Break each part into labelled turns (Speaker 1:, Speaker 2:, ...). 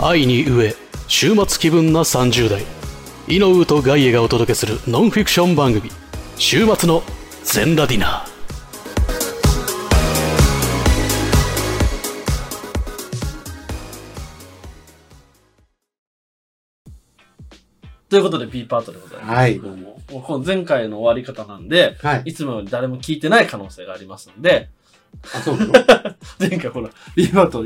Speaker 1: 愛に飢え週末気分な30代イノウとガイエがお届けするノンフィクション番組「週末の全ラディナー」
Speaker 2: ということで B パートでございます。
Speaker 3: はい
Speaker 2: どうももうこの前回の終わり方なんで、
Speaker 3: はい
Speaker 2: い、つもより誰も聞いてない可能性がありますので、
Speaker 3: あ、そうなの
Speaker 2: 前回ほら、B パート、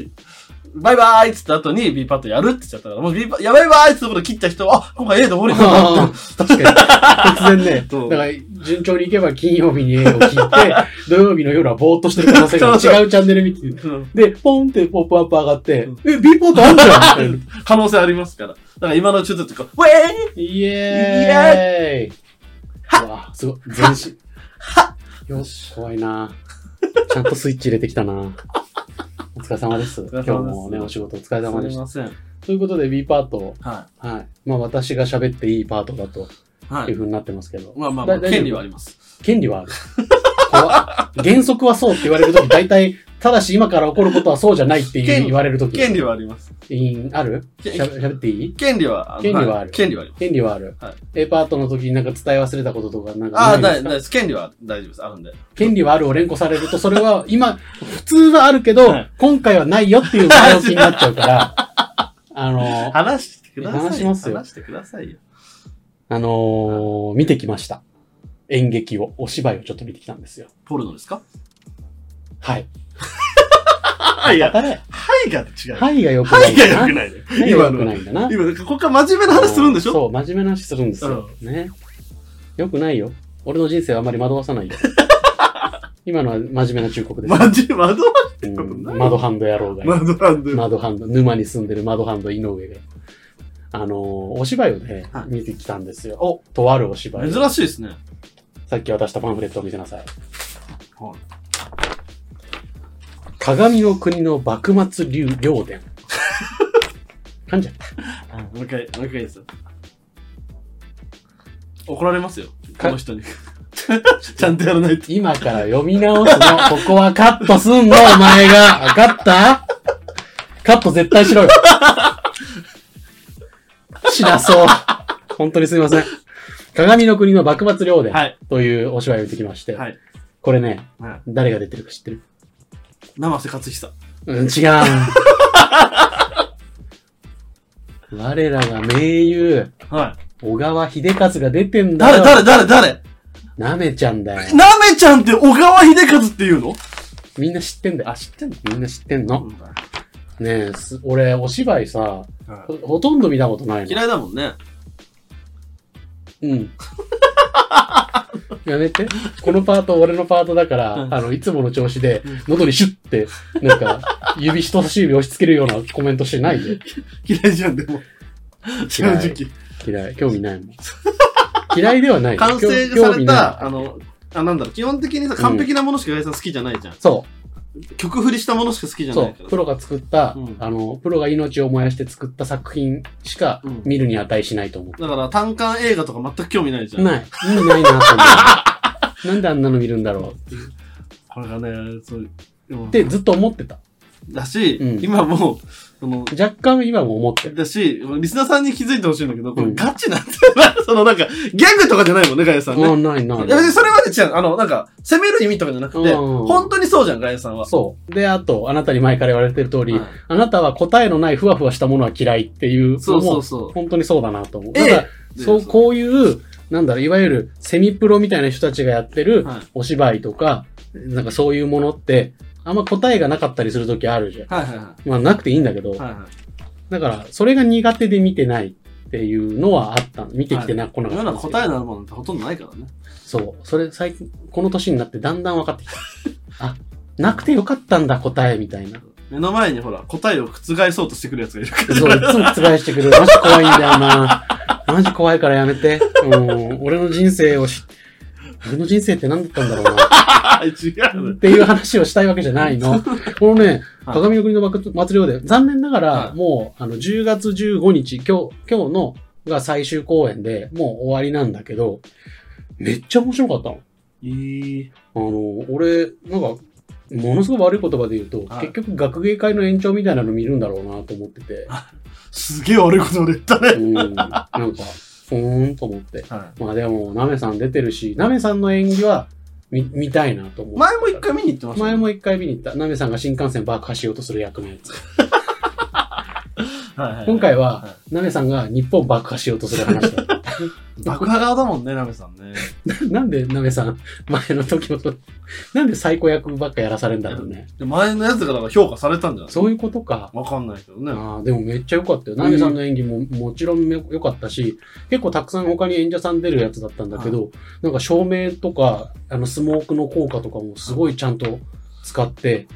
Speaker 2: バイバーイっつった後に B パートやるって言っちゃったから、もう B パート、やばいバーイっつったこと切った人は、あ、今回 A で終 わりなんだ
Speaker 3: あ
Speaker 2: って。
Speaker 3: ー 確かに。突然ね。
Speaker 2: そう
Speaker 3: だから、順調にいけば金曜日に絵を 聞いて、土曜日の夜はぼーっとしてる可能性がある違うチャンネル見てて。
Speaker 2: うん
Speaker 3: で、ポンってポップアップ上がって、
Speaker 2: う
Speaker 3: え、B ポートあるじゃんみたいな
Speaker 2: 可能性ありますから。だから今のうちょっとこう、ウェーイ
Speaker 3: イエーイうわすごい。全身。よし、怖いなちゃんとスイッチ入れてきたなお疲れ様です。
Speaker 2: 疲れ様
Speaker 3: 今
Speaker 2: です
Speaker 3: 日もね、お仕事お疲れ様
Speaker 2: す
Speaker 3: で
Speaker 2: み
Speaker 3: した。
Speaker 2: ません。
Speaker 3: ということで B パート、
Speaker 2: は
Speaker 3: はい。まあ私が喋っていいパートだと
Speaker 2: い。は
Speaker 3: いう
Speaker 2: い。
Speaker 3: ふうになってますけど。
Speaker 2: まあまあまあ、
Speaker 3: だ大丈夫
Speaker 2: 権利はあります。
Speaker 3: 権利はある。怖っ原則はそうって言われるとき、大体、ただし今から起こることはそうじゃないっていう
Speaker 2: 権利
Speaker 3: 言われるとき。
Speaker 2: 権利はあります。
Speaker 3: いいあるし
Speaker 2: 権
Speaker 3: ゃべっていい
Speaker 2: 権利は、の
Speaker 3: 権利はある
Speaker 2: い権利はあります。
Speaker 3: 権利はある
Speaker 2: はい。
Speaker 3: A パートの時になんか伝え忘れたこととかなん
Speaker 2: あ
Speaker 3: か
Speaker 2: あ、
Speaker 3: な
Speaker 2: 大
Speaker 3: い
Speaker 2: 丈夫
Speaker 3: ですか
Speaker 2: です。権利は大丈夫です。あるんで。
Speaker 3: 権利はあるを連呼されると、それは今、普通はあるけど
Speaker 2: はい、
Speaker 3: 今回はないよっていう前置きになっちゃうから、あの、
Speaker 2: 話してください。
Speaker 3: 話しますよ
Speaker 2: 話してくださいよ。
Speaker 3: あのー、見てきました。演劇を、お芝居をちょっと見てきたんですよ。
Speaker 2: ポルノですか
Speaker 3: はい。
Speaker 2: はいや、
Speaker 3: あれ
Speaker 2: はいが違う。
Speaker 3: はいが良く
Speaker 2: は
Speaker 3: ないん
Speaker 2: いが
Speaker 3: だな。
Speaker 2: 良
Speaker 3: は
Speaker 2: く
Speaker 3: い
Speaker 2: ないね。今
Speaker 3: が
Speaker 2: の。
Speaker 3: 良くないんだな。
Speaker 2: 今、ここから真面目な話するんでしょ
Speaker 3: そう、真面目な話するんですよ。ね。よくないよ。俺の人生はあまり惑わさないよ。今のは真面目な忠告です。
Speaker 2: 真面目、窓は
Speaker 3: うん
Speaker 2: ことない
Speaker 3: 窓ハンド野郎が。
Speaker 2: 窓なんで。
Speaker 3: 窓ハンド、沼に住んでる窓ハンド井上が。あのーお芝居をね
Speaker 2: は、い
Speaker 3: 見てきたんですよ。おとあるお芝居を。
Speaker 2: 珍しいですね。
Speaker 3: さっき渡したパンフレットを見せなさい。鏡の国の幕末流両 伝。噛んじゃった。
Speaker 2: もう一回、もう一回ですよ。怒られますよ。この人に。ちゃんとやらないと。
Speaker 3: 今から読み直すの。ここはカットすんの、お前が。わかったカット絶対しろよ。しなそう。本当にすみません。鏡の国の幕末領伝
Speaker 2: はい。
Speaker 3: というお芝居を見てきまして、
Speaker 2: はい。
Speaker 3: これね、
Speaker 2: はい
Speaker 3: 誰が出てるか知ってる
Speaker 2: 生瀬勝久。
Speaker 3: うん、違う。我らが名優、
Speaker 2: はい。
Speaker 3: 小川秀和が出てんだ
Speaker 2: 誰、
Speaker 3: よ。
Speaker 2: 誰、誰、誰
Speaker 3: なめちゃんだよ。
Speaker 2: なめちゃんって小川秀和っていうの
Speaker 3: みんな知ってんだよ。
Speaker 2: 知ってんの
Speaker 3: みんな知ってんの。ねえ、す俺、お芝居さ、
Speaker 2: はい
Speaker 3: ほほとんど見たことないの。
Speaker 2: 嫌いだもんね。
Speaker 3: うん。やめて。このパート、俺のパートだから、
Speaker 2: うん
Speaker 3: あの、いつもの調子で
Speaker 2: うん、
Speaker 3: 喉にシュッて、なんか、指人差し指押し付けるようなコメントしてないで。
Speaker 2: 嫌いじゃん、でも。正
Speaker 3: 嫌い
Speaker 2: 直。
Speaker 3: 嫌い。興味な いもん。嫌いではない。
Speaker 2: 完成
Speaker 3: 興
Speaker 2: さ
Speaker 3: 興味
Speaker 2: れ
Speaker 3: な
Speaker 2: た、あの、あ、なんだろう、基本的にさ、
Speaker 3: ん
Speaker 2: 完璧なものしか岩井さん好きじゃないじゃん
Speaker 3: い。。そ
Speaker 2: 曲振りしたものしか好きじ
Speaker 3: う。
Speaker 2: ゃ
Speaker 3: そ
Speaker 2: ないか
Speaker 3: う。
Speaker 2: ら
Speaker 3: プ
Speaker 2: さ。
Speaker 3: ロが作った、
Speaker 2: うん
Speaker 3: あの、プロが命を燃やして作った作品しか
Speaker 2: うん
Speaker 3: 見るに値しないと思う。
Speaker 2: だから、単館映画とか全く興味ないじゃん。
Speaker 3: ない。意味ないなと思う。 なんであんなの見るんだろ
Speaker 2: これがね、そう、でも
Speaker 3: う。ってずっと思ってた。
Speaker 2: だし、
Speaker 3: うん
Speaker 2: 今もう、その、
Speaker 3: 若干今も思ってる。
Speaker 2: だし、リスナーさんに気づいてほしいんだけど、こ
Speaker 3: う
Speaker 2: れ
Speaker 3: ん
Speaker 2: ガチなんだよな。そのなんか、ギャグとかじゃないもんね、ガイさん
Speaker 3: あ
Speaker 2: ね。
Speaker 3: ないないい
Speaker 2: や
Speaker 3: な
Speaker 2: 別に
Speaker 3: い。
Speaker 2: それはね、違う。あの、なんか、責める意味とかじゃなくて、
Speaker 3: うん
Speaker 2: 本当にそうじゃん、ガイさんは。
Speaker 3: そう。で、あと、あなたに前から言われてる通り、
Speaker 2: はい
Speaker 3: あなたは答えのないふわふわしたものは嫌いっていう、
Speaker 2: そう
Speaker 3: も
Speaker 2: そううそう。
Speaker 3: 本当にそうだなと思う。
Speaker 2: ええ
Speaker 3: ただ、そう、
Speaker 2: で
Speaker 3: こういう、なんだろう、いわゆるセミプロみたいな人たちがやってる
Speaker 2: はい
Speaker 3: お芝居とか、なんかそういうものって、あんま答えがなかったりするときあるじゃん。
Speaker 2: はいはいは
Speaker 3: まあ、なくていいんだけど、
Speaker 2: い。はいはい
Speaker 3: だから、それが苦手で見てないっていうのはあった。見てきてな、こなか
Speaker 2: 世
Speaker 3: っ
Speaker 2: の
Speaker 3: たん
Speaker 2: 中
Speaker 3: ですけど
Speaker 2: 答えのあるものってほとんどないからね。
Speaker 3: そう。それ、最近、この年になってだんだん分かってきた。あ、なくてよかったんだ、答え、みたいな。
Speaker 2: 目の前にほら、答えを覆そうとしてくるやつがいるから。
Speaker 3: そう、いつも覆してくる。マジ怖いんだよな。マジ怖いからやめて。うん、俺の人生をし、俺の人生って何だったんだろうな。
Speaker 2: ああ、違う
Speaker 3: っ。ていう話をしたいわけじゃない の。このね、
Speaker 2: はい
Speaker 3: 鏡の国の幕祭りで、残念なが
Speaker 2: は
Speaker 3: ら、
Speaker 2: い
Speaker 3: もう、あの、10月15日、今日、今日のが最終公演で、もう終わりなんだけど、めっちゃ面白かったの。
Speaker 2: いい。
Speaker 3: あの、俺、なんか、ものすごく悪い言葉で言うと、
Speaker 2: はい
Speaker 3: 結局学芸会の延長みたいなの見るんだろうなと思ってて、
Speaker 2: すげえ悪いことまで言ったね。
Speaker 3: うん、なんか、ふーんと思って。
Speaker 2: は
Speaker 3: まあでも、ナメさん出てるし、ナメさんの演技は見見たいなと思
Speaker 2: い。
Speaker 3: う。
Speaker 2: 前も一回見に行ってました、
Speaker 3: 前も一回見に行った。ナメさんが新幹線爆破しようとする役のやつ。
Speaker 2: はいはい、
Speaker 3: 今回は
Speaker 2: は
Speaker 3: ナメさんが日本爆破しようとする話 だった。
Speaker 2: い爆破側だもんね、ナメさんね。
Speaker 3: なんでナメさん、前の時もそう、なんで最高役ばっかやらされるんだろうね。
Speaker 2: で前のやつがだから評価されたんじゃない
Speaker 3: そういうことか。
Speaker 2: わかんないけどね。
Speaker 3: ああ、でもめっちゃ良かったよ。ナメさんの演技ももちろんよ良かったし、結構たくさん他に演者さん出るやつだったんだけど、なんか照明とか、あのスモークの効果とかもすごいちゃんと使って、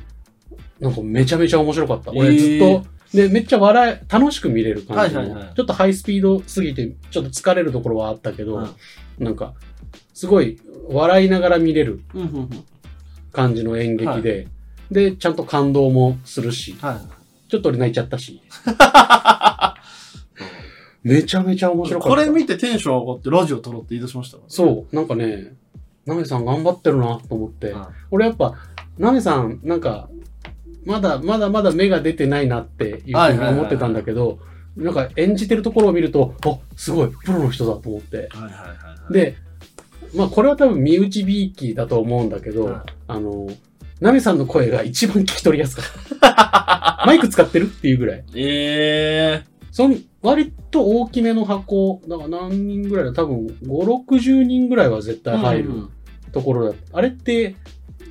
Speaker 3: なんかめちゃめちゃ面白かった。
Speaker 2: え
Speaker 3: 俺
Speaker 2: ー
Speaker 3: ずっと、で、めっちゃ笑い、楽しく見れる感じの、
Speaker 2: はいはいはい
Speaker 3: ちょっとハイスピードすぎて、ちょっと疲れるところはあったけど、
Speaker 2: うん
Speaker 3: なんか、すごい笑いながら見れる
Speaker 2: うんうんうん。
Speaker 3: 感じの演劇で、で、ちゃんと感動もするし、
Speaker 2: はい。
Speaker 3: ちょっと俺泣いちゃっ たし。めちゃめちゃ面白かっ
Speaker 2: こ
Speaker 3: た。
Speaker 2: れ見てテンション上がってラジオ撮ろうって言い出しましたから
Speaker 3: そう、なんかね、ナメさん頑張ってるなと思って。
Speaker 2: うん
Speaker 3: 俺やっぱ、ナメさん、なんか、まだまだまだ芽が出てないなっていうふ
Speaker 2: は
Speaker 3: う
Speaker 2: いは
Speaker 3: に
Speaker 2: いはい
Speaker 3: 思ってたんだけど、なんか演じてるところを見ると、あ、すごい、プロの人だと思って。
Speaker 2: はいはいはいはい。
Speaker 3: で、まあこれは多分身内びいきだと思うんだけど、
Speaker 2: うん
Speaker 3: あの、ナメさんの声が一番聞き取りやす かった。マイク使ってるっていうぐらい。
Speaker 2: え
Speaker 3: その、割と大きめの箱、だから何人ぐらいだ多分5、60人ぐらいは絶
Speaker 2: え
Speaker 3: 対入るところだ。あれって、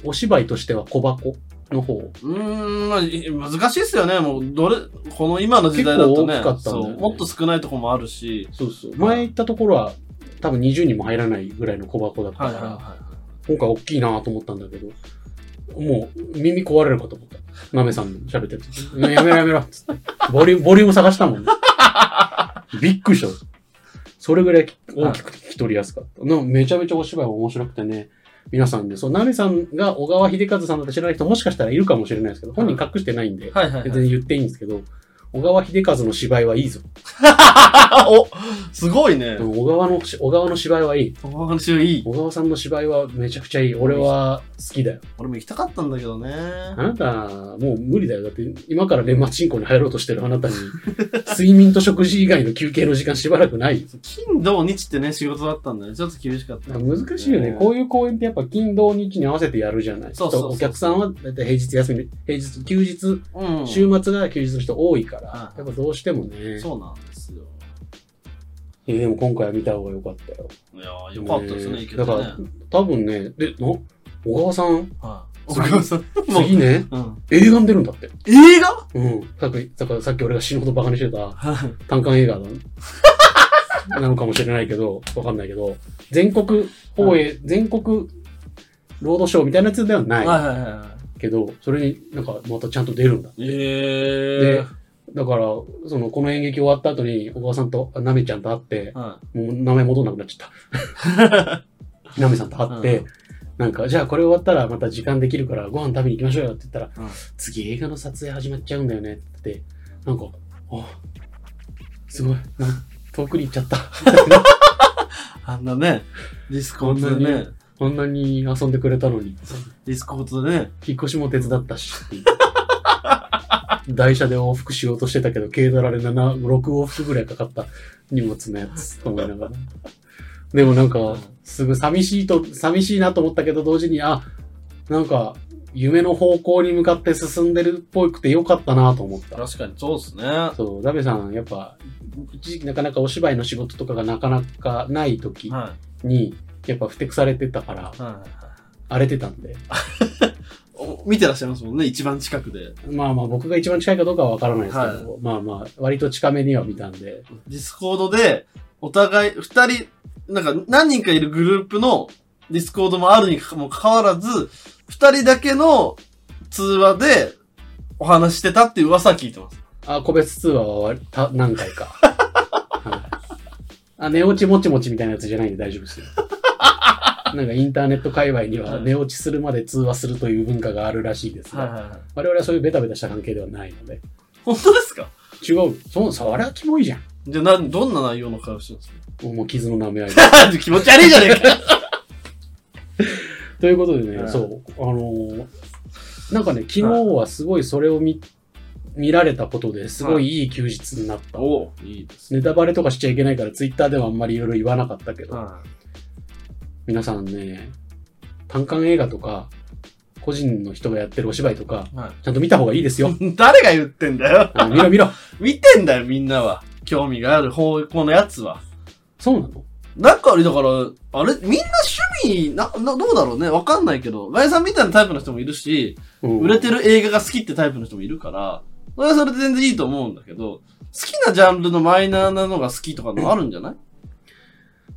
Speaker 3: お芝居としては小箱の方。
Speaker 2: うーん、まあ、難しいですよね。もう、どれ、この今の時代だとね、
Speaker 3: 結構大きかったんだ
Speaker 2: そ
Speaker 3: よね
Speaker 2: う、もっと少ないとこもあるし、
Speaker 3: そうそう。前行ったところは多分20人も入らないぐらいの小箱だったか
Speaker 2: はい
Speaker 3: ら、
Speaker 2: はいは
Speaker 3: 今回大きいなと思ったんだけど、もう耳壊れるかと思った。なめさんの喋ってる時。やめろやめろっつって。ボリューム、ボリューム探したもんね。びっくりした。それぐらい大きく聞き取りやすかった。なめちゃめちゃお芝居も面白くてね、皆さんね、そう、なめさんが小川秀和さんだって知らない人もしかしたらいるかもしれないですけど、本人隠してないんで、
Speaker 2: い。はいはい、
Speaker 3: 全
Speaker 2: はい。
Speaker 3: 然言っていいんですけど、小川秀和の芝居はいいぞ。
Speaker 2: おすごいね
Speaker 3: で。も小川の、小川の芝居はいい。
Speaker 2: そ の話いい。
Speaker 3: 小川さんの芝居はめちゃくちゃいい。俺は好きだよ。
Speaker 2: 俺も行きたかったんだけどね。
Speaker 3: あなた、もう無理だよ。だって、今から連末進行に入ろうとしてるあなたに、睡眠と食事以外の休憩の時間しばらくないよ。
Speaker 2: 金、土、日ってね、仕事だったんだよね。ちょっと厳しかった。
Speaker 3: 難しいよね。こういう公演ってやっぱ金土日に合わせてやるじゃない。
Speaker 2: そうそうそう
Speaker 3: きっとお客さんはだいたい平日休み、平日、休日、
Speaker 2: うん。
Speaker 3: 週末が休日の人多いから
Speaker 2: は、い
Speaker 3: やっぱどうしてもね。
Speaker 2: そうなんですよ。
Speaker 3: いやでも今回は見た方が良かったよ。
Speaker 2: いやー、よかったですね、
Speaker 3: ね
Speaker 2: 行けてね。
Speaker 3: だから多分ね、で、な小川さ ん、
Speaker 2: はい。お母さん、もう、
Speaker 3: 次ね、
Speaker 2: うん、
Speaker 3: 映画に出るんだって。
Speaker 2: 映画
Speaker 3: うん。さっき、だからさっき俺が死ぬほどバカにしてた
Speaker 2: はい。
Speaker 3: 単館映 画のなのかもしれないけど、わかんないけど、全国放映、全国ロードショーみたいなやつではな
Speaker 2: はいいはいはいはい。
Speaker 3: けど、それになんかまたちゃんと出るんだ。
Speaker 2: え
Speaker 3: でだから、その、この演劇終わった後に、小川さんと、あなめちゃんと会って
Speaker 2: ー。、は
Speaker 3: もう名前戻んなくなっち ゃった。なめさんと会って、
Speaker 2: うん
Speaker 3: なんか、じゃあこれ終わったらまた時間できるからご飯食べに行きましょうよって言ったら、
Speaker 2: うん
Speaker 3: 次映画の撮影始まっちゃうんだよねって、なんか、あ、すごい、なん遠くに行っちゃった。
Speaker 2: い。あんなね、ディスコード
Speaker 3: こんな
Speaker 2: で
Speaker 3: に
Speaker 2: ね、
Speaker 3: あんなに遊んでくれたのに、
Speaker 2: ディスコードでね、
Speaker 3: 引っ越しも手伝ったしっていう。台車で往復しようとしてたけど、軽トラで7、6往復ぐらいかかった荷物のやつと思いながら。でもなんか、すぐ寂しいと、寂しいなと思ったけど、同時に、あ、なんか、夢の方向に向かって進んでるっぽくてよかったなと思った。
Speaker 2: 確かにそうですね。は
Speaker 3: そう、ダメさん、やっぱ、一時期なかなかお芝居の仕事とかがなかなかない
Speaker 2: い。
Speaker 3: 時
Speaker 2: は
Speaker 3: に、やっぱふてくされてたから、
Speaker 2: いはい。
Speaker 3: 荒れてたんで。
Speaker 2: お見てらっしゃいますもんね、一番近くで。
Speaker 3: まあまあ僕が一番近いかどうかはわからないですけど、まあまあ割と近めには見たんで、
Speaker 2: ディスコードで、お互い、二人、なんか何人かいるグループのディスコードもあるにもかかわらず、二人だけの通話でお話してたっていう噂は聞いてます。
Speaker 3: あ個別通話は割た何回か、はいあ。寝落ちもちもちみたいなやつじゃないんで大丈夫ですよ。なんかインターネット界隈には
Speaker 2: はい
Speaker 3: 寝落ちするまで通話するという文化があるらしいですが、
Speaker 2: はいはい。
Speaker 3: 我々はそういうベタベタした関係ではないので。
Speaker 2: 本当ですか
Speaker 3: 違う。そうさ、あれはキモいじゃん。
Speaker 2: じゃあ、なん、どんな内容の会話してるんです
Speaker 3: もうもう傷の舐め合い。
Speaker 2: か 気持ち悪いじゃねえか
Speaker 3: ということでね、
Speaker 2: うん
Speaker 3: そう、あのーなんかね、昨日はすごいそれを見、見られたことですごいいい休日になった。
Speaker 2: おいいですね。
Speaker 3: ネタバレとかしちゃいけないから、ツイッターではあんまりいろいろ言わなかったけど、
Speaker 2: は
Speaker 3: 皆さんね、単館映画とか、個人の人がやってるお芝居とか、
Speaker 2: い。は
Speaker 3: ちゃんと見た方がいいですよ。
Speaker 2: い、 誰が言ってんだよ。
Speaker 3: あの見ろ見ろ。
Speaker 2: 見てんだよ、みんなは。興味がある方向のやつは。
Speaker 3: そうなの
Speaker 2: なんかあれだから、あれ、みんな趣味、な、な、どうだろうねわかんないけど、ガイさんみたいなタイプの人もいるし、
Speaker 3: うん
Speaker 2: 売れてる映画が好きってタイプの人もいるから、それはそれで全然いいと思うんだけど、好きなジャンルのマイナーなのが好きとかのあるんじゃない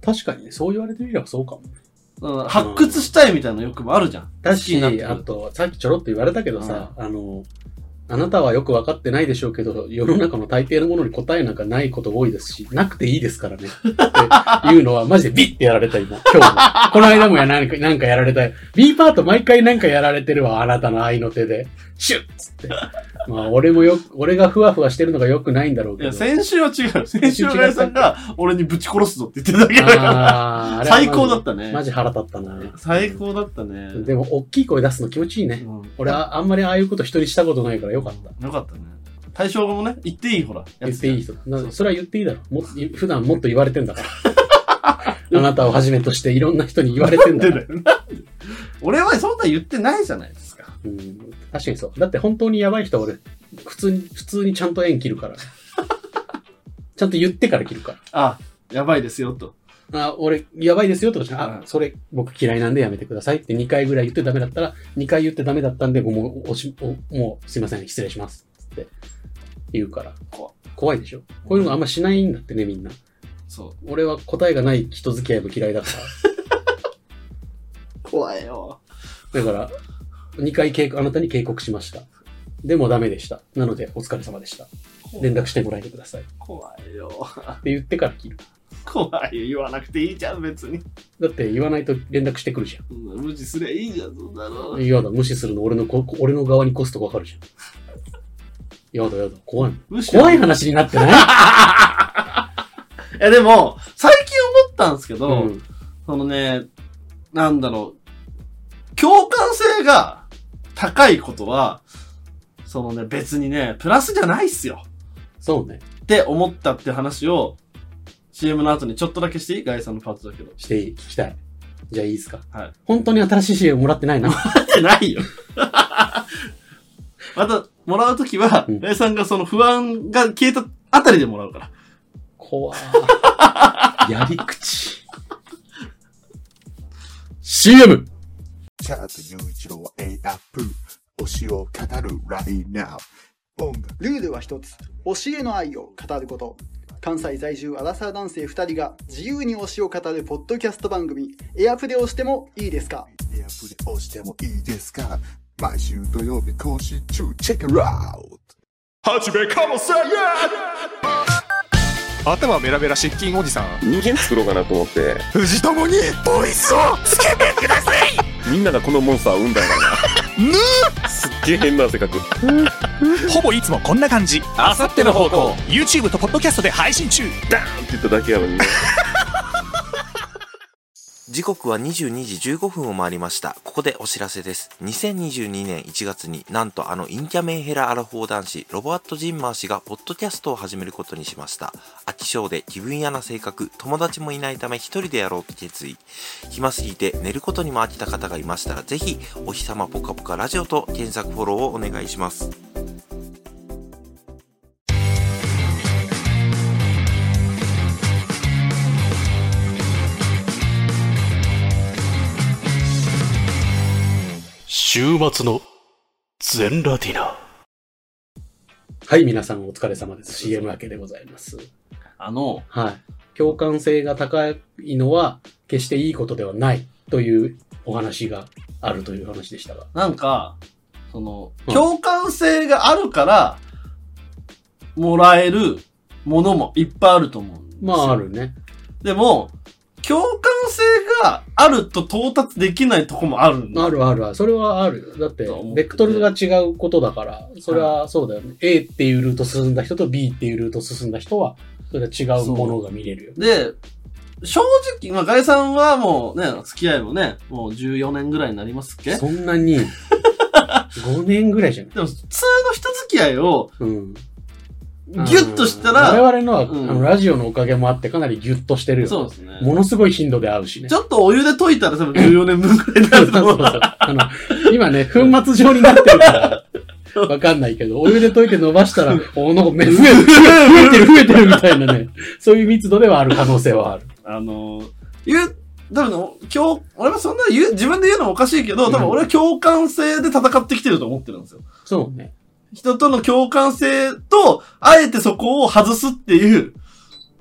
Speaker 3: 確かにね、そう言われてみればそうかも。
Speaker 2: うん発掘したいみたいな欲もあるじゃん。
Speaker 3: だ
Speaker 2: 好きに
Speaker 3: し、
Speaker 2: なってくる
Speaker 3: あと、さっきちょろっと言われたけどさ、あの、あなたはよく分かってないでしょうけど、世の中の大抵のものに答えなんかないこと多いですし、なくていいですから ね。っていうのは、マジでビッてやられた、今。今日 も。この間もやなんか、なんかやられたよ。B パート毎回なんかやられてるわ、あなたの愛の手で。シュッつって。まあ、俺もよ、俺がふわふわしてるのが良くないんだろう
Speaker 2: い
Speaker 3: けど。
Speaker 2: や、先週は違 う。先週
Speaker 3: 週
Speaker 2: は
Speaker 3: は
Speaker 2: ガ
Speaker 3: ガ
Speaker 2: イ
Speaker 3: イ
Speaker 2: さ
Speaker 3: さ
Speaker 2: ん
Speaker 3: ん
Speaker 2: が俺にぶち殺すぞって言ってるだけだから。
Speaker 3: あーあれはマジ
Speaker 2: 最高だったね。
Speaker 3: マジ腹立ったな。
Speaker 2: 最高だったね。
Speaker 3: でも、大きい声出すの気持ちいいね。
Speaker 2: うん
Speaker 3: 俺はあんまりああいうこと一人したことないからよかった。
Speaker 2: よかったね。対象語もね、言っていいほら。
Speaker 3: 言っていい人。な
Speaker 2: そう
Speaker 3: それは言っていいだろ。もっ普段もっと言われてんだ から。あなたをはじめとしていろんな人に言われてんだ
Speaker 2: 出
Speaker 3: か
Speaker 2: な
Speaker 3: ら。
Speaker 2: い。俺はそんな言ってないじゃないですか。
Speaker 3: うん、確かにそう。だって本当にやばい人は俺、普通に、普通にちゃんと縁切る から。ちゃんと言ってから切るか
Speaker 2: あ、やばいですよ、と。
Speaker 3: ら。あ、俺、やばいですよとかじゃな
Speaker 2: う
Speaker 3: あ
Speaker 2: ん、
Speaker 3: それ僕嫌いなんでやめてくださいって2回ぐらい言ってダメだったら、2回言ってダメだったんで、もう、おしおもうすいません、失礼します。って言うから。
Speaker 2: 怖
Speaker 3: 怖いでしょ。こういうのあんましないんだってね、みんな。
Speaker 2: そう。
Speaker 3: 俺は答えがない人付き合いも嫌いだから。
Speaker 2: 怖いよ。
Speaker 3: だから、2回警告、あなたに警告しました。でもダメでした。なので、お疲れ様でした。連絡してもらえてください。っ
Speaker 2: 怖いよ。
Speaker 3: て言ってから切る。
Speaker 2: 怖いよ。言わなくていいじゃん、別に。
Speaker 3: だって言わないと連絡してくるじ
Speaker 2: そんな無視すりゃいいじゃん、そんな
Speaker 3: ゃ
Speaker 2: の
Speaker 3: ん。。やだ、無視するの俺のこ、俺の側にコストかかるじゃん。やだやだ、怖い。
Speaker 2: 無視
Speaker 3: 怖い話になってない、
Speaker 2: いや、でも、最近思ったんですけ
Speaker 3: う
Speaker 2: ど、
Speaker 3: ん、
Speaker 2: そのね、なんだろう、共感性が高いことは、そのね、別にね、プラスじゃないっすよ。
Speaker 3: そうね。
Speaker 2: って思ったって話を CM の後にちょっとだけしていいガイさんのパートだけど。
Speaker 3: していい、聞きたい。じゃあいいですか。
Speaker 2: はい
Speaker 3: 本当に新しい CM もらってないな。
Speaker 2: だってないよ。 また、もらうときは、
Speaker 3: うん
Speaker 2: ガイさんがその不安が消えたあたりでもらうから。
Speaker 3: 怖い。 やり口。
Speaker 1: CM!
Speaker 4: チャート雄一郎 A アップ推しを語るラインナップ音楽
Speaker 5: ルールは一つ推しへの愛を語ること関西在住アラサー男性2人が自由に推しを語るポッドキャスト番組「エアプレをしてもいいですか?」
Speaker 4: エアプレ押してもいいですか毎週土曜日更新中チェックアウト
Speaker 6: 頭ベラベラ失禁おじさん
Speaker 7: 人間作ろうかなと思って
Speaker 4: 藤友にボイスを
Speaker 7: みんながこのモンスターを産んだんだなすっげえ変な性格
Speaker 6: ほぼいつもこんな感じあさっての方向 YouTube とポッドキャストで配信中
Speaker 7: ダーンって言っただけやのにね
Speaker 8: 時刻は22時15分を回りました。ここでお知らせです。2022年1月になんとあのインキャメンヘラアラフォー男子、ロバート・ジンマー氏がポッドキャストを始めることにしました。飽き性で気分屋な性格、友達もいないため一人でやろうと決意。暇すぎて寝ることにも飽きた方がいましたら、ぜひお日様ぽかぽかラジオと検索フォローをお願いします。
Speaker 1: 週末の全ラティナ。
Speaker 3: はい、皆さんお疲れ様です。CM 明けでございます。
Speaker 2: あの、
Speaker 3: はい。共感性が高いのは決していいことではないというお話があるという話でしたが。
Speaker 2: なんか、その、
Speaker 3: うん
Speaker 2: 共感性があるから、もらえるものもいっぱいあると思うんですよ。
Speaker 3: まああるね。
Speaker 2: でも、共感性があると到達できないとこもあるんだ。
Speaker 3: あるあるある。それはあるよ。だって
Speaker 2: と思っ、てて
Speaker 3: ベクトルが違うことだから、それはそうだよね。A っていうルート進んだ人と B っていうルート進んだ人は、それは違うものが見れるよ。
Speaker 2: で、正直、まあ、ガイさんはもうね、付き合いもね、もう14年ぐらいになりますっけ
Speaker 3: そんなに、 5年ぐらいじゃない
Speaker 2: でも、普通の人付き合いを
Speaker 3: うん。
Speaker 2: ギュッとしたら、
Speaker 3: 我々のは、
Speaker 2: うん
Speaker 3: あのラジオのおかげもあってかなりギュッとしてるよ。
Speaker 2: そうですね。
Speaker 3: ものすごい頻度で会うしね
Speaker 2: ち。ょっとお湯で溶いたら多分14年分くらいにな
Speaker 3: そう
Speaker 2: る
Speaker 3: そ
Speaker 2: と
Speaker 3: う
Speaker 2: 思。
Speaker 3: そううそう。あの、今ね、粉末状になってるから、わかんないけど、お湯で溶いて伸ばしたら、おなんかめ増える、増えてる、増えてるみたいなね、そういう密度ではある可能性はある。
Speaker 2: あの、言う、多分ね今日、俺はそんな言う、自分で言うのもおかしいけど、多分俺は共感性で戦ってきてると思ってるんですよ。
Speaker 3: そうね。
Speaker 2: 人との共感性と、あえてそこを外すっていう、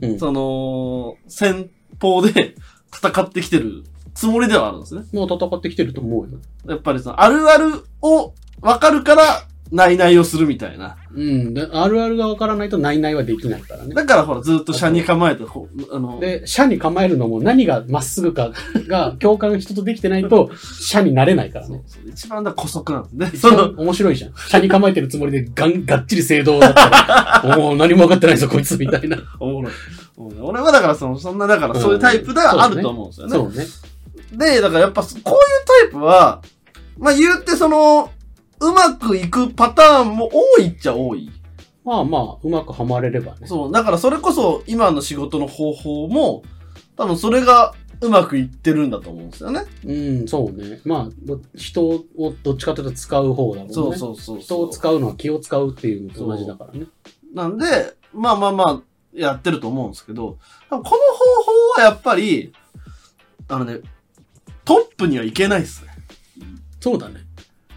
Speaker 3: うん。
Speaker 2: その、戦法で 戦ってきてるつもりではあるんですね。
Speaker 3: もう戦ってきてると思うよ。
Speaker 2: やっぱりその、あるあるを分かるから、ないないをするみたいな。
Speaker 3: うん。であるあるがわからないとないないはできないからね。
Speaker 2: だからほら、ずっと車に構えて、こうあの、
Speaker 3: で、社に構えるのも何がまっすぐかが共感人とできてないと、社になれないから
Speaker 2: そう
Speaker 3: ね。
Speaker 2: そう一番だから姑息なんですね。
Speaker 3: 一
Speaker 2: その
Speaker 3: 番面白いじゃん。社に構えてるつもりでガン、がっちり正道だった ら、おお何も分かってないぞ、こいつ、みたいな。
Speaker 2: おもろい。おもろい俺はだからその、そんなだからそういうタイプで
Speaker 3: うん
Speaker 2: はあると思うんですよね。
Speaker 3: そうね。
Speaker 2: で、だからやっぱそこういうタイプは、まあ言うてその、うまくいくパターンも多いっちゃ多い。
Speaker 3: まあまあ、うまくはまれればね。
Speaker 2: そう。だからそれこそ今の仕事の方法も、多分それがうまくいってるんだと思うんですよね。
Speaker 3: うん、そうね。まあ、ど人をどっちかというと使う方だもんね。
Speaker 2: そうそうそうそう。
Speaker 3: 人を使うのは気を使うっていうのと同じだからね。
Speaker 2: なんで、まあまあまあ、やってると思うんですけど、この方法はやっぱり、あのね、トップにはいけないっすね。
Speaker 3: そうだね。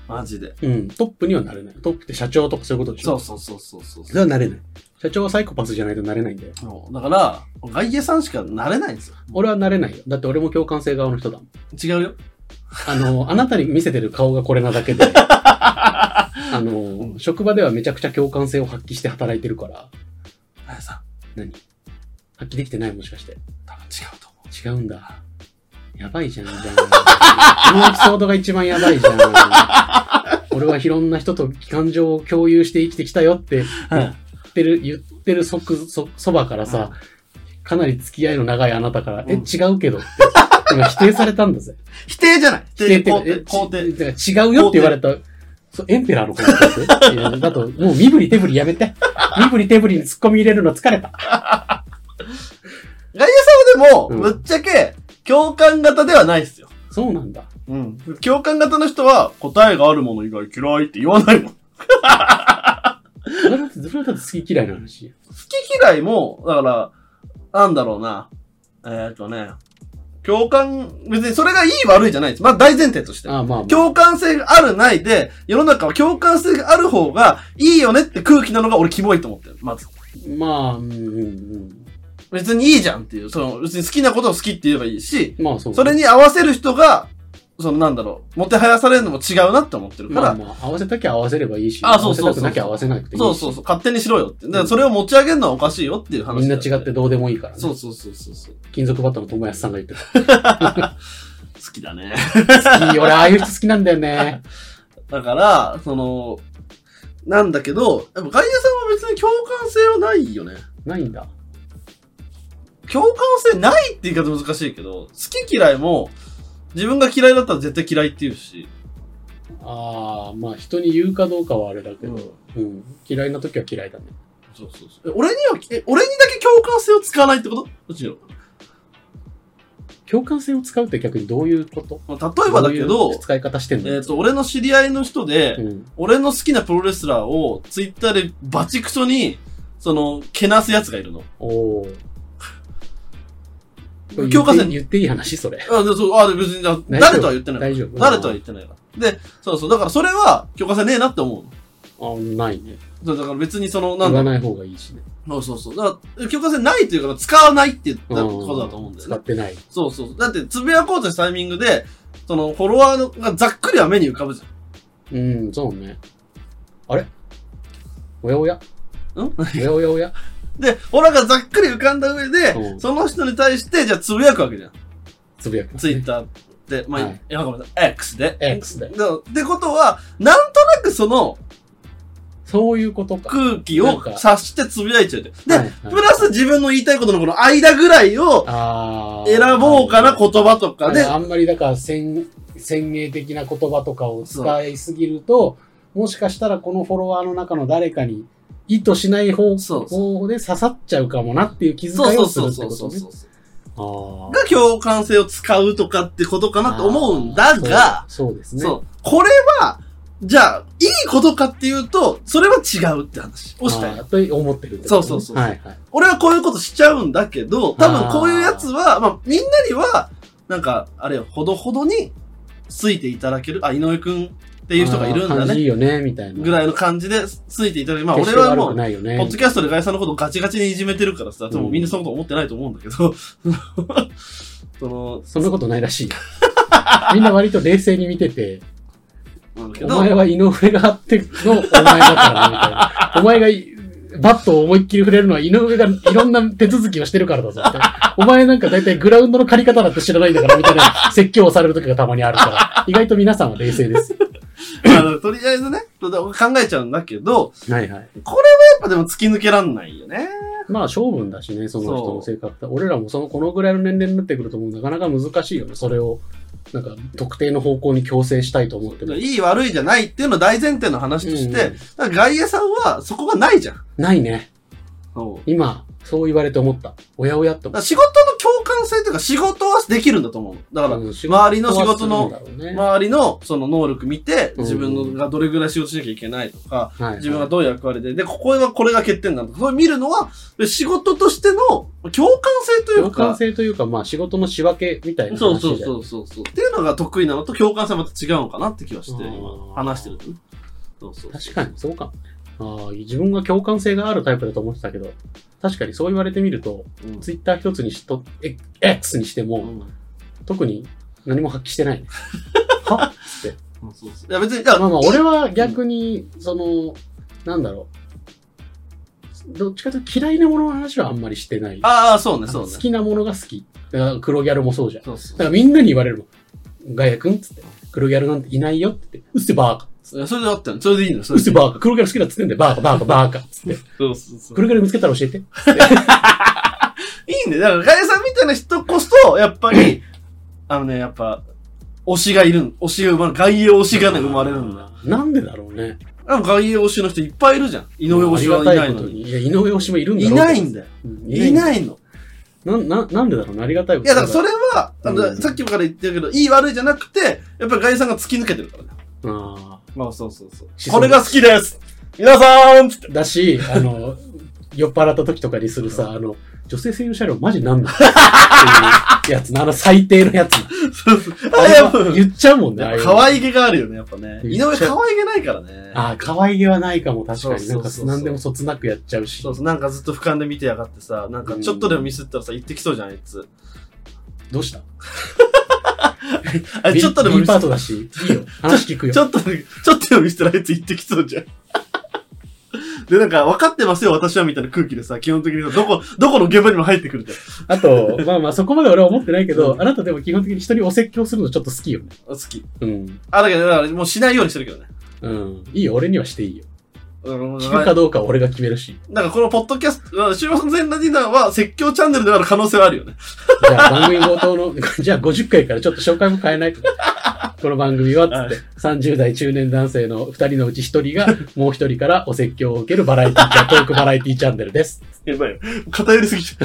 Speaker 2: マジで。
Speaker 3: うん、トップにはなれない。トップって社長とかそういうことでし
Speaker 2: そ
Speaker 3: ょ
Speaker 2: うそうそうそうそう
Speaker 3: それはなれない。社長はサイコパスじゃないとなれないんだよ。
Speaker 2: そう。だから、外野さんしかなれないんですよ。
Speaker 3: 俺はなれないよ。だって俺も共感性側の人だもん。
Speaker 2: 違うよ。
Speaker 3: あの、あなたに見せてる顔がこれなだ けで。あの、職場ではめちゃくちゃ共感性を発揮して働いてるから、
Speaker 2: 外野さん、
Speaker 3: 発揮できてないもしかして。
Speaker 2: 多分違うと思
Speaker 3: 違うんだ。やばいじゃん、じゃあ。このエピソードが一番やばいじゃん。俺はいろんな人と感情を共有して生きてきたよって言ってる、言ってるそくそそばからさ、かなり付き合いの長いあなたから、え、
Speaker 2: うん
Speaker 3: 違うけどって。今否定されたんだぜ。
Speaker 2: う。否定じゃない。否
Speaker 3: 否定って
Speaker 2: 肯
Speaker 3: え
Speaker 2: 定。肯定。
Speaker 3: ち違うよって言われた。そう、エンペラー のことだよいやだと、もう身振り手振りやめて。身振り手振りに突っ込み入れるの疲れた。
Speaker 2: 外野さんはでも、
Speaker 3: うん
Speaker 2: ぶっちゃけ、共感型ではないっすよ。
Speaker 3: そうなんだ。
Speaker 2: うん。共感型の人は、答えがあるもの以外嫌いって言わないもん。
Speaker 3: それだって、それだって好き嫌いの話や。
Speaker 2: 好き嫌いも、だから、なんだろうな。えーっとね、共感、別にそれがいい悪いじゃないです。まあ大前提として。
Speaker 3: ああ、まあ、まあ。
Speaker 2: 共感性があるないで、世の中は共感性がある方がいいよねって空気なのが俺キモいと思ってる。まず。
Speaker 3: まあ、うんうん
Speaker 2: 別にいいじゃんっていう、その、別に好きなことを好きって言えばいいし、
Speaker 3: うん。まあそう、
Speaker 2: それに合わせる人が、そのなんだろう、もてはやされるのも違うなって思ってるから、
Speaker 3: まあまあ、合わせたきゃ合わせればいいし、
Speaker 2: あそうそうそう
Speaker 3: 合わせたくなきゃ合わせなくていいし。
Speaker 2: そうそうそう、勝手にしろよって。だからそれを持ち上げるのはおかしいよっていう話
Speaker 3: みんな
Speaker 2: だ
Speaker 3: 違って。どうでもいいから、ね。
Speaker 2: そうそうそうそうそう。
Speaker 3: 金属バットの友康さんが言って
Speaker 2: 好きだね。
Speaker 3: た。好き、俺ああいう人好きなんだよね。
Speaker 2: だから、その、なんだけど、やっぱ外野さんは別に共感性はないよね。
Speaker 3: ないんだ。
Speaker 2: 共感性ないって言い方難しいけど、好き嫌いも、自分が嫌いだったら絶対嫌いって言うし、
Speaker 3: ああ、まあ人に言うかどうかはあれだけど、
Speaker 2: そう
Speaker 3: うん、嫌いな時は嫌いだね。
Speaker 2: そうそうえ俺には、え、俺にだけ共感性を使わないってことうちの。
Speaker 3: 共感性を使うって逆にどういうこと
Speaker 2: まあ、例えばだけ
Speaker 3: ど
Speaker 2: ど
Speaker 3: ういう、使い方してんの
Speaker 2: えっ、と、俺の知り合いの人で、
Speaker 3: うん。
Speaker 2: 俺の好きなプロレスラーをツイッターでバチクソに、その、けなす奴がいるの。
Speaker 3: おお。
Speaker 2: 強化戦
Speaker 3: 言っていい話それ。
Speaker 2: あ、でそうあで別に、あ
Speaker 3: 大丈夫
Speaker 2: 誰とは言ってない。
Speaker 3: 大丈夫。
Speaker 2: 誰とは言ってないから。で、そうそう、だからそれは許可さねえなって思うの
Speaker 3: あないね。
Speaker 2: そう。だから別にその、な
Speaker 3: 言
Speaker 2: ん
Speaker 3: わ
Speaker 2: だ
Speaker 3: ない方がいいしね。
Speaker 2: そうそうそう。だから許可さないというか、使わないって言ったことだと思うんだよ
Speaker 3: 使
Speaker 2: ね
Speaker 3: っ。てない。
Speaker 2: そうそうそう。だって、つぶやこうとしたタイミングで、その、フォロワーのがざっくりは目に浮かぶじ
Speaker 3: うん、そうね。あれおやおや
Speaker 2: ゃん。ん
Speaker 3: おやおやおや
Speaker 2: で、フォロワーがざっくり浮かんだ上
Speaker 3: う
Speaker 2: で、
Speaker 3: ん
Speaker 2: その人に対して、じゃあつぶやくわけじゃん。
Speaker 3: つぶや く。
Speaker 2: ツイッターで、まあ、
Speaker 3: はい
Speaker 2: いや、ごめんなさい、X で。
Speaker 3: X で。
Speaker 2: だってことは、なんとなくその
Speaker 3: そういうことか。
Speaker 2: 空気を察してつぶやいちゃうじゃんで、
Speaker 3: はいはい
Speaker 2: プラス自分の言いたいことのこの間ぐらいを
Speaker 3: あー
Speaker 2: 選ぼうかな言葉とか
Speaker 3: あ
Speaker 2: で
Speaker 3: の、あんまりだから、線、先鋭的な言葉とかを使いすぎると、もしかしたらこのフォロワーの中の誰かに意図しない方
Speaker 2: そう
Speaker 3: 法で刺さっちゃうかもなっていう気遣
Speaker 2: そう
Speaker 3: い
Speaker 2: そ
Speaker 3: を
Speaker 2: う
Speaker 3: する
Speaker 2: そ
Speaker 3: っ
Speaker 2: う
Speaker 3: て
Speaker 2: そう
Speaker 3: こ
Speaker 2: そ
Speaker 3: と
Speaker 2: う
Speaker 3: ね。あー
Speaker 2: が共感性を使うとかってことかなと思うんだが、
Speaker 3: そうそうですね。
Speaker 2: そう。これは、じゃあ、いいことかっていうと、それは違うって話をしたい
Speaker 3: あ
Speaker 2: な。
Speaker 3: ーと思ってるってこと
Speaker 2: そうそうそう
Speaker 3: はいはい。
Speaker 2: 俺はこういうことしちゃうんだけど、多分こういうやつは、まあ、みんなには、なんか、あれよ、ほどほどについていただける、あ、井上くんっていう人がいるん
Speaker 3: あー
Speaker 2: だ
Speaker 3: 感じい
Speaker 2: ね。
Speaker 3: いよね、みたいな。
Speaker 2: ぐらいの感じでついていただける。まあ、
Speaker 3: 決
Speaker 2: 俺
Speaker 3: して
Speaker 2: は
Speaker 3: 悪
Speaker 2: も
Speaker 3: く
Speaker 2: う、
Speaker 3: ないよね。
Speaker 2: ポッドキャストでガイさんのことガチガチにいじめてるからさ、でもみんなそのこと思ってないと思うんだけど、 その、
Speaker 3: そんなことないらしいよ。みんな割と冷静に見てて、
Speaker 2: なんだけ
Speaker 3: お
Speaker 2: ど、
Speaker 3: 前は井上があってのお前だから な、みたいな。お前がいバットを思いっきり触れるのは井上がいろんな手続きをしてるからだぞって。お前なんか大体グラウンドの借り方だって知らないんだからみたいな説教をされる時がたまにあるから、意外と皆さんは冷静です。
Speaker 2: あのとりあえずね、考えちゃうんだけど、
Speaker 3: はいはい。
Speaker 2: やっぱでも突き抜けらんないよね。
Speaker 3: まあ、性分だしね、その人の性格って。俺らもその、このぐらいの年齢になってくると、もうなかなか難しいよね。それを、なんか、特定の方向に強制したいと思っても。
Speaker 2: いい悪いじゃないっていうのを大前提の話として、
Speaker 3: うん
Speaker 2: だから外野さんはそこがないじゃん。
Speaker 3: ないね。
Speaker 2: そう
Speaker 3: 今、そう言われて思った。おやおやって
Speaker 2: だ
Speaker 3: 思
Speaker 2: か
Speaker 3: っ
Speaker 2: ら仕事の共感性というか仕事はできるんだと思う。だ
Speaker 3: た。
Speaker 2: から、
Speaker 3: うん
Speaker 2: 周りの仕事の
Speaker 3: はするんだろうね
Speaker 2: 周りのその能力見て、
Speaker 3: うん
Speaker 2: 自分のがどれぐらい仕事しなきゃいけないとか、
Speaker 3: はいはい
Speaker 2: 自分がどういう役割で、で、ここはこれが欠点なんだとか、それ見るのは、仕事としての共感性というか、
Speaker 3: 共感性というか、まあ、仕事の仕分けみたいな話で。
Speaker 2: そうそうそうそうそう。っていうのが得意なのと共感性はまた違うのかなって気はして、
Speaker 3: うん
Speaker 2: 今、話してるとね。そうそう。
Speaker 3: 確かに、そうかもね。ああ、自分が共感性があるタイプだと思ってたけど、確かにそう言われてみると、
Speaker 2: うん
Speaker 3: ツイッター一つにしと、え X にしても、
Speaker 2: うん
Speaker 3: 特に何も発揮してないね。はっつって。
Speaker 2: そうそうそういや別に、いや、
Speaker 3: まあまあ、俺は逆に、その、なんだろう。どっちかというと嫌いなものの話はあんまりしてない。
Speaker 2: ああ、そうね、そうね
Speaker 3: 好。きなものが好き。だから黒ギャルもそうじゃん。
Speaker 2: そうそ
Speaker 3: だからみんなに言われるもん。ガヤ君っつって。黒ギャルなんていないよって言って。うっせバーカ。
Speaker 2: う。いやそれであったの。それでいいの、そう
Speaker 3: っ
Speaker 2: れ
Speaker 3: せ
Speaker 2: で。
Speaker 3: バーカ。黒ギャル好きだっつってんだよ。バーカ、バーカ、バーカ。っつって。
Speaker 2: そうそうそう。
Speaker 3: 黒ギャル見つけたら教えて。
Speaker 2: いいね。だから、ガエさんみたいな人こそ、やっぱり、あのね、やっぱ、推しがいるん。推しが生まれる。外洋推しがね、生まれるんだ。
Speaker 3: なんでだろうね。
Speaker 2: でも外洋推しの人いっぱいいるじゃん。井上推しはい
Speaker 3: あ
Speaker 2: な
Speaker 3: り
Speaker 2: い
Speaker 3: がた
Speaker 2: の
Speaker 3: ことに
Speaker 2: に。
Speaker 3: いや、井上推しもいるんだ
Speaker 2: い
Speaker 3: ろうけど
Speaker 2: ないんだよ。
Speaker 3: うん
Speaker 2: い
Speaker 3: い。
Speaker 2: ないの。
Speaker 3: な、な、なんでだろうね。ありがたい
Speaker 2: い
Speaker 3: こと
Speaker 2: や、だからそれは、あ
Speaker 3: うん
Speaker 2: の、さっきから言ってるけど、いい悪いじゃなくて、やっぱりガエさんが突き抜けてるからね。
Speaker 3: ああ。
Speaker 2: まあ、そうそうそう
Speaker 3: 子。孫
Speaker 2: これが好きです皆さんつって。
Speaker 3: だし、あの、酔っ払った時とかにするさ、あの、女性専用車両マジなんだっていうやつの、あの最低のやつ。あ
Speaker 2: あれ
Speaker 3: れ
Speaker 2: やっぱ
Speaker 3: は言っちゃうもんね、ああいうの
Speaker 2: 可愛げがあるよね、やっぱね。
Speaker 3: うん
Speaker 2: 井上可愛げないからね。
Speaker 3: ああ、可愛げはないかも、確かに。な
Speaker 2: そ
Speaker 3: ん
Speaker 2: うそ
Speaker 3: か
Speaker 2: うそうそう
Speaker 3: 何でもそつなくやっちゃうし。
Speaker 2: そうそう、なんかずっと俯瞰で見てやがってさ、なんかちょっとでもミスったらさ、言ってきそうじゃん、あいつ。
Speaker 3: どうした
Speaker 2: あれ、ちょっとでも
Speaker 3: B
Speaker 2: ミス
Speaker 3: パ
Speaker 2: っ
Speaker 3: ートだし、いいよ。話聞くよ。
Speaker 2: ちょっとで、ちょっとでもミスったらあいつ言ってきそうじゃん。で、なんか、分かってますよ、私は、みたいな空気でさ、基本的にさ、どこ、どこの現場にも入ってくるじゃ
Speaker 3: あと、 まあまあ、そこまで俺は思ってないけ
Speaker 2: う
Speaker 3: ど、
Speaker 2: ん
Speaker 3: あなたでも基本的に人にお説教するのちょっと好きよね。
Speaker 2: ん。好き。
Speaker 3: うん。
Speaker 2: あ、だけど、だからもうしないようにしてるけどね。
Speaker 3: うん。いいよ、俺にはしていいよ。
Speaker 2: うん、
Speaker 3: 聞く
Speaker 2: な
Speaker 3: かどうかは俺が決める し。
Speaker 2: んかこのポッドキャスト、週末全ラディナーは説教チャンネルである可能性はあるよね。
Speaker 3: じゃあ番組冒頭の、 じゃあ50回からちょっと紹介も変えないと。この番組は、つって、30代中年男性の2人のうち1人が、もう1人からお説教を受けるバラエティー、トークバラエティチャンネルです。
Speaker 2: やばいよ。偏りすぎちゃ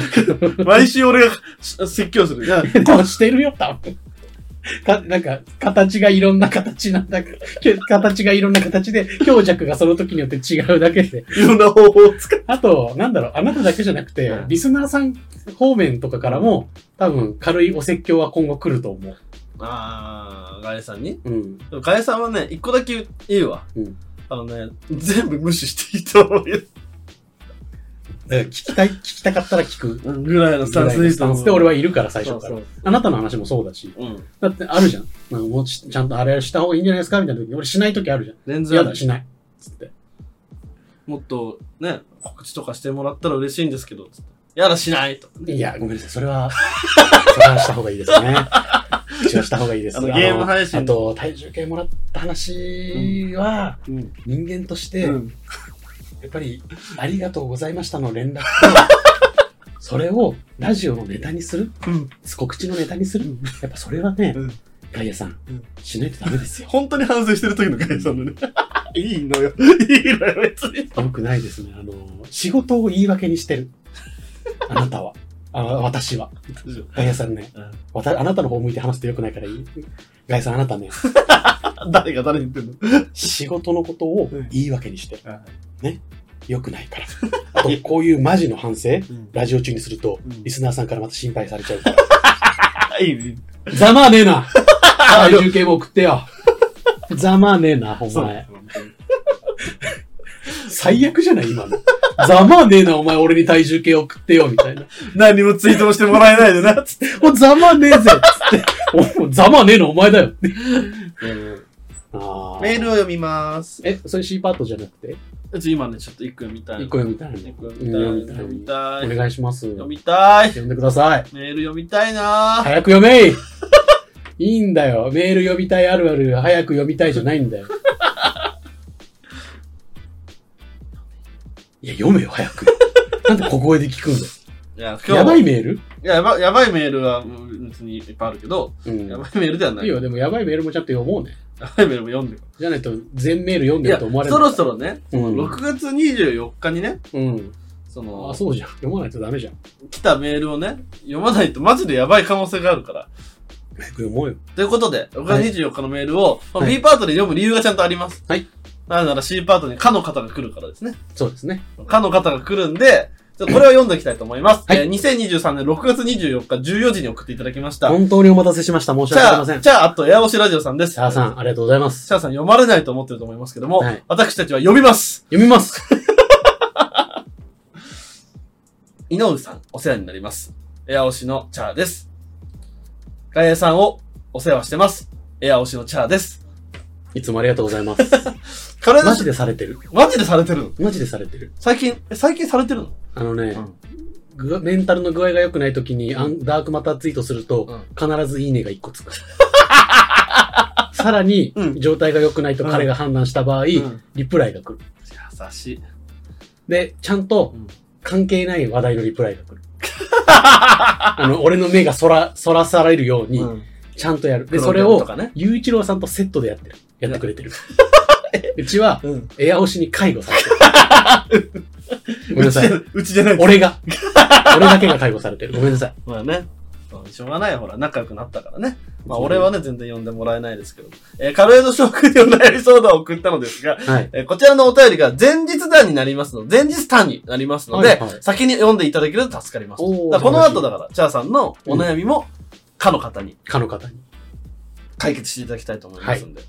Speaker 2: う。毎週俺が説教する。いや
Speaker 3: でもしてるよ、多分。 か、なんか、形がいろんな形なんだけど、け形がいろんな形で、強弱がその時によって違うだけで。
Speaker 2: いろんな方法を使う。
Speaker 3: あと、なんだろう、あなただけじゃなくて、リスナーさん方面とかからも、多分、軽いお説教は今後来ると思
Speaker 2: あー、ガエさんに
Speaker 3: う。うん。
Speaker 2: でもガエさんはね、一個だけいいわ。
Speaker 3: うん
Speaker 2: あのね、全部無視していいと思うよ。
Speaker 3: だから聞きたい、聞きたかったら聞く。
Speaker 2: ぐらいのスタンスでいい
Speaker 3: ス
Speaker 2: と
Speaker 3: タ
Speaker 2: 思
Speaker 3: ン
Speaker 2: う。
Speaker 3: スで俺はいるから最
Speaker 2: そう
Speaker 3: 初か
Speaker 2: そ
Speaker 3: ら
Speaker 2: う。。
Speaker 3: あなたの話もそうだし。
Speaker 2: うん。
Speaker 3: だってあるじゃん。なんかもうちちゃんとあれした方がいいんじゃないですかみたいな時に俺しない時あるじゃん。
Speaker 2: 全然
Speaker 3: 嫌
Speaker 2: あ
Speaker 3: だ、
Speaker 2: る
Speaker 3: しない。つって。
Speaker 2: もっとね、告知とかしてもらったら嬉しいんですけど、つってやだしないとかね。
Speaker 3: いや、ごめんなさい。それは、 それはした方がいいです ね。口はした方がいいです。
Speaker 2: あのゲーム配信
Speaker 3: あと、体重計もらった話は、
Speaker 2: うん。
Speaker 3: 人間として、
Speaker 2: う
Speaker 3: や
Speaker 2: ん。
Speaker 3: っぱり、ありがとうございましたの連 絡と、それをラジオのネタにする、告知のネタにする。やっぱそれはね
Speaker 2: うん、
Speaker 3: ガイアさん、しないとダメです よ。
Speaker 2: 本当に反省してる時のガイさんのね。
Speaker 3: いいのよ。
Speaker 2: いいのよ、別に。
Speaker 3: よくないですね。あの、仕事を言い訳にして る。あなたは。あ私は。ガイアさんね、
Speaker 2: うん
Speaker 3: わたあなたの方向いて話すとよくないからいい。ガイアさん、あなたね、
Speaker 2: 誰が誰に言ってんの
Speaker 3: 仕事のことを言い訳にしてる
Speaker 2: うん。
Speaker 3: ね。よくないから。あと、こういうマジの反省、
Speaker 2: ん
Speaker 3: ラジオ中にすると、
Speaker 2: うん
Speaker 3: リスナーさんからまた心配されちゃうから。
Speaker 2: あ、 いいね。
Speaker 3: ざまあね えな体重計も送ってよ。ざまあねえな、お前。最悪じゃない今の。ざまあねえな、お前、俺に体重計送ってよ、みたいな。
Speaker 2: 何もツイートもしてもらえないでな、つって。
Speaker 3: お、ざまねえぜつって。お、ざまねえのお前だよ。あ
Speaker 2: メールを読みます。
Speaker 3: え、それ C パートじゃなくて
Speaker 2: えっと、今ね、ちょっと一個読みたい。
Speaker 3: 一個読みたい
Speaker 2: 一
Speaker 3: ね。
Speaker 2: 個読みたい。読
Speaker 3: 読
Speaker 2: み
Speaker 3: み
Speaker 2: た
Speaker 3: お
Speaker 2: い。
Speaker 3: 願いします。
Speaker 2: 読
Speaker 3: 読
Speaker 2: みたい。
Speaker 3: んでください。
Speaker 2: メール読みたいなぁ。
Speaker 3: 早く読 めいいいんだよ。メール読みたいあるある、早く読みたいじゃないんだよ。 いや、読めよ、早く。なんで小声で聞くんだ よ。
Speaker 2: いや、今日
Speaker 3: やばいメール
Speaker 2: いややばやばいメールはうん別にいっぱいあるけど、
Speaker 3: うん
Speaker 2: やばいメールではない
Speaker 3: い
Speaker 2: い。
Speaker 3: い
Speaker 2: や
Speaker 3: よ、でもやばいメールもちゃんと読もうね。
Speaker 2: ばいメールも読んで
Speaker 3: じゃないと全メール読ん
Speaker 2: い
Speaker 3: で
Speaker 2: や、
Speaker 3: ると思われる。
Speaker 2: そろそろね、
Speaker 3: うん
Speaker 2: 6月24日にね、
Speaker 3: うん。
Speaker 2: そ
Speaker 3: あ、
Speaker 2: の、
Speaker 3: そうじゃん。読まないとダメじゃん。
Speaker 2: 来たメールをね、読まないとマジでやばい可能性があるから。
Speaker 3: 早く読もうよ。
Speaker 2: ということで、6月24日のメールを、まあ
Speaker 3: はい
Speaker 2: B パートで読む理由がちゃんとあります。
Speaker 3: はい。
Speaker 2: なぜなら C パートにかの方が来るからですね。
Speaker 3: そうですね。
Speaker 2: かの方が来るんで、ちょっとこれを読んでいきたいと思います。
Speaker 3: はい
Speaker 2: えー2023年6月24日14時に送っていただきました。
Speaker 3: 本当にお待たせしました。申し
Speaker 2: じ
Speaker 3: 訳あり
Speaker 2: ゃ
Speaker 3: ませ
Speaker 2: あ、
Speaker 3: ん。
Speaker 2: じゃあ、あと、エアオシラジオさんです。
Speaker 3: シャアさん、ありがとうございます。
Speaker 2: シャアさん読まれないと思ってると思いますけども、
Speaker 3: はい
Speaker 2: 私たちは呼びます
Speaker 3: 読みます。
Speaker 2: 井上さん、お世話になります。エアオシのチャーです。ガエさんをお世話してます。エアオシのチャーです。
Speaker 3: いつもありがとうございます。
Speaker 2: これ
Speaker 3: マジでされてる。
Speaker 2: マジでされてるの
Speaker 3: マジでされてる。
Speaker 2: 最近、え最近されてるの
Speaker 3: あのね、ぐメンタルの具合が良くない時に、アンダークマターツイートすると、必ずいいねが1個つく。 さらに、
Speaker 2: うん
Speaker 3: 状態が良くないと彼が判断した場合、
Speaker 2: ん
Speaker 3: リプライが来る。
Speaker 2: 優しい。
Speaker 3: で、ちゃんと
Speaker 2: うん
Speaker 3: 関係ない話題のリプライが来 る。あの、俺の目がそら、そらされるように、
Speaker 2: うん
Speaker 3: ちゃんとやる。で、
Speaker 2: 黒
Speaker 3: それ
Speaker 2: 電話と
Speaker 3: を
Speaker 2: かね、
Speaker 3: ゆういちろうさんとセットでやってる。やってくれ てる。うちは、
Speaker 2: うん
Speaker 3: エア押しに介護されてる。 ごめんなさい。
Speaker 2: うちじゃない。
Speaker 3: 俺が。俺だけが介護されてる。ごめんなさい。
Speaker 2: まあね。うんしょうがないよほら、仲良くなったからね。まあ、俺はね、全然呼んでもらえないですけど。えー、カルエド諸君にお悩み相談を送ったのですが、
Speaker 3: はい。
Speaker 2: えーこちらのお便りが前日談になりますの前日談になりますので、
Speaker 3: はいはい
Speaker 2: 先に読んでいただけると助かります。
Speaker 3: おー
Speaker 2: だからこの
Speaker 3: 素晴らしい
Speaker 2: 後だから、チャーさんのお悩みも、かの方に
Speaker 3: かの方に。
Speaker 2: 解決していただきたいと思いますんで。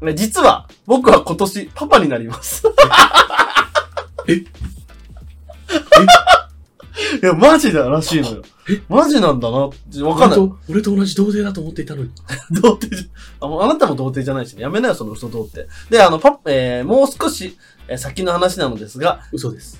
Speaker 2: ね実は、僕は今年パパになり ます。 えいや、マジだらしいのよ。マジなんだなって。わかんない。
Speaker 3: 俺と俺と同じ童貞だと思っていたのに。
Speaker 2: 童貞じゃ、あもうあなたも童貞じゃないしね。やめなよ、その嘘童貞。で、あの、パえーもう少し、えー先の話なのですが、
Speaker 3: 嘘です。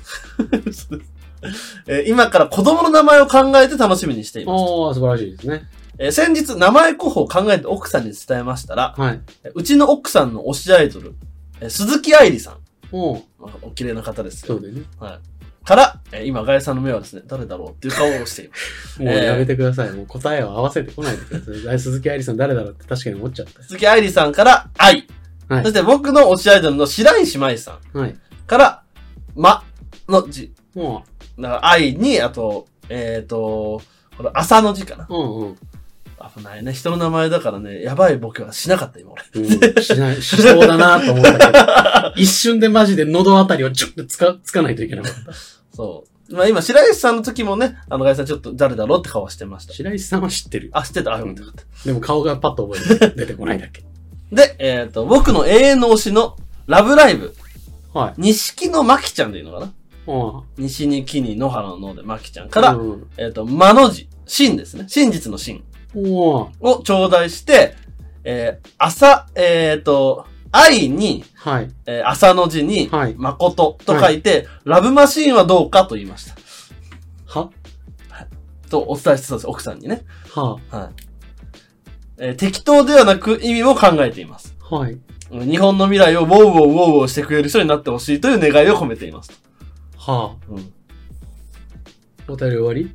Speaker 2: えー今から子供の名前を考えて楽しみにしてい
Speaker 3: あ
Speaker 2: ます。
Speaker 3: あ、素晴らしいですね。
Speaker 2: えー先日、名前候補を考えて奥さんに伝えましたら、
Speaker 3: はい。
Speaker 2: えーうちの奥さんの推しアイドル、えー鈴木愛理さん、
Speaker 3: おう
Speaker 2: まあお綺麗な方です
Speaker 3: そ
Speaker 2: よ
Speaker 3: う。だよね。
Speaker 2: から、えー今、ガエさんの目はですね、誰だろうっていう顔をしています。
Speaker 3: もうやめてください。もう答えを合わせてこないでください。あ れ鈴木愛理さん誰だろうって確かに思っちゃっ
Speaker 2: 鈴木愛理さんから、愛。
Speaker 3: はい
Speaker 2: そして僕の推しアイドルの白石麻衣さん
Speaker 3: た。はい。
Speaker 2: から、ま、の字。
Speaker 3: も
Speaker 2: だから、愛に、あと、えっ、と、これ、朝の字かな
Speaker 3: う、。うんうん。
Speaker 2: 危ないね。人の名前だからね、やばいボケはしなかった、今俺。
Speaker 3: うん、しない、しそうだなと思ったけど、一瞬でマジで喉あたりをちょっとつか、つかないといけなかった。
Speaker 2: そう。まあ今、白石さんの時もね、あの、ガイさんちょっと誰だろうって顔してました。
Speaker 3: 白石さんは知ってる。
Speaker 2: あ、知ってた。あ、よかったよかった。
Speaker 3: でも顔がパッと覚えてない出てこないだ け。
Speaker 2: で、えっ、と、僕の永遠の推しの、ラブライブ。
Speaker 3: はい。
Speaker 2: 錦のまきちゃんでいいのかな
Speaker 3: うん。
Speaker 2: 西に木に野原の野でまきちゃんから、
Speaker 3: うん、
Speaker 2: えっ、と、まの字。真ですね。真実の真
Speaker 3: おう
Speaker 2: を頂戴して、えー、朝、えっ、と、愛に、
Speaker 3: はい。
Speaker 2: えー朝の字に、
Speaker 3: はい
Speaker 2: 誠と書いて、ラブマシーンはどうかと言いました。
Speaker 3: は
Speaker 2: とお伝えしてたんです、奥さんにね。
Speaker 3: は
Speaker 2: はい。えー適当ではなく意味も考えています。
Speaker 3: はい。
Speaker 2: 日本の未来をウォーウォーウォーウォーしてくれる人になってほしいという願いを込めています。
Speaker 3: は
Speaker 2: うん。
Speaker 3: お便り終わり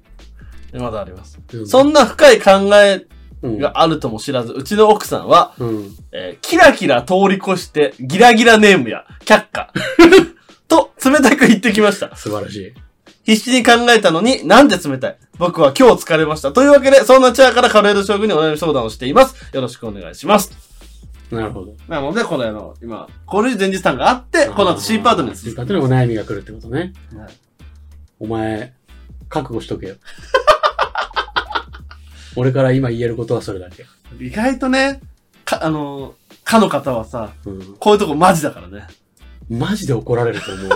Speaker 2: まだあります。
Speaker 3: うん
Speaker 2: そんな深い考え
Speaker 3: うん。
Speaker 2: があるとも知らず、うちの奥さんは、
Speaker 3: うん。
Speaker 2: えーキラキラ通り越して、ギラギラネームや、却下。 と、冷たく言ってきました。
Speaker 3: 素晴らしい。
Speaker 2: 必死に考えたのに、なんで冷たい僕は今日疲れました。というわけで、そんなチャーからカルエル将軍にお悩み相談をしています。よろしくお願いします。
Speaker 3: なるほど。
Speaker 2: なので、この間の、今、これ前日談があって、この後 C パートに
Speaker 3: ー C
Speaker 2: 続
Speaker 3: パ
Speaker 2: く。
Speaker 3: ートにお悩みが来るってことね。
Speaker 2: はい
Speaker 3: お前、覚悟しと けよ。俺から今言えることはそれだけ。
Speaker 2: 意外とね、か、あのー、かの方はさ、
Speaker 3: うん。
Speaker 2: こういうとこマジだからね。
Speaker 3: マジで怒られると思う。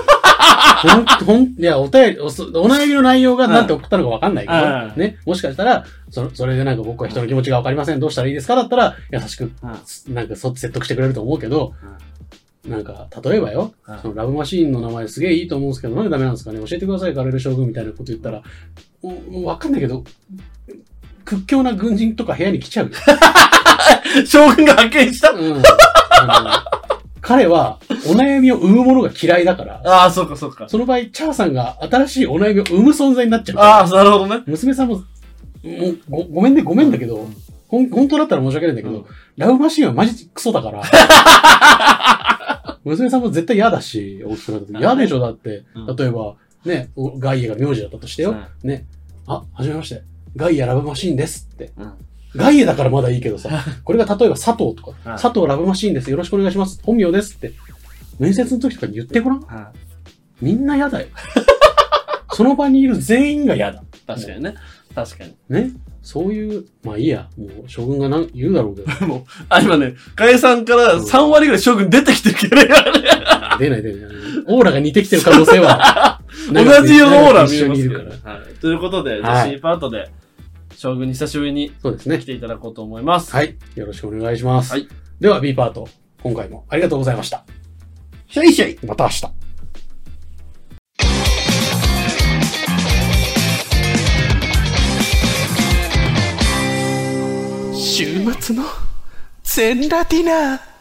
Speaker 3: ほん、ほん、いや、お便り、おそお悩みの内容がなんて送ったのかわかんないけ
Speaker 2: うん
Speaker 3: ど、ね、もしかしたら、そそれでなんか僕は人の気持ちがわかりません、どうしたらいいですかだったら、優しく
Speaker 2: うん。
Speaker 3: なんかそ説得してくれると思うけど、なんか、例えばよ、
Speaker 2: うん
Speaker 3: そのラブマシーンの名前すげえいいと思うんですけど、なんでダメなんですかね教えてください、ガレル将軍みたいなこと言ったら、おもうわかんないけど、屈強な軍人とか部屋に来ちゃうよ。
Speaker 2: 将軍が派遣した
Speaker 3: うん。あの彼は、お悩みを生むものが嫌いだから、
Speaker 2: ああ、そうかそうか。
Speaker 3: その場合、チャーさんが新しいお悩みを生む存在になっちゃう。
Speaker 2: ああ、なるほどね。
Speaker 3: 娘さんも、もうごごめんね、ごめんだけど、ほん、本当だったら申し訳ないんだけど、ラブマシーンはマジクソ だから。娘さんも絶対嫌だし、大きくなった時。嫌でしょ、だって。
Speaker 2: うん
Speaker 3: 例えば、ね、おガイエが名字だったとしてよ。ね、あ、はじめまして。ガイエラブマシーンですって。
Speaker 2: うん
Speaker 3: ガイエだからまだいいけ どさ、これが例えば佐藤と
Speaker 2: う
Speaker 3: か、
Speaker 2: ん
Speaker 3: 佐藤ラブマシーンです。よろしくお願いします。本名ですって。面接の時とかに言ってごらん。
Speaker 2: は
Speaker 3: みんな嫌 だよ。その場にいる全員が嫌だ。
Speaker 2: い確かにね。確かに。
Speaker 3: ね。そういう、まあいいや。もう将軍がなん言うだろうけど。
Speaker 2: もう、あ、今ね、ガエさんから3割ぐらい将軍出てきてるけどね。
Speaker 3: 出ない出ない。オーラが似てきてる可能性は。
Speaker 2: 同じようなオーラ見
Speaker 3: 一
Speaker 2: え
Speaker 3: 緒
Speaker 2: ま
Speaker 3: にい
Speaker 2: すけ
Speaker 3: る
Speaker 2: ど
Speaker 3: から
Speaker 2: ね。。はいということで、じゃあ
Speaker 3: はい
Speaker 2: C パートで、将軍に久しぶりに
Speaker 3: そうです
Speaker 2: 来
Speaker 3: ね。
Speaker 2: ていただこうと思います。
Speaker 3: はい。よろしくお願いします。
Speaker 2: はい
Speaker 3: では B パート、今回もありがとうございました。
Speaker 2: シェイシェイ
Speaker 3: また明日。
Speaker 1: 週末の全ラティナー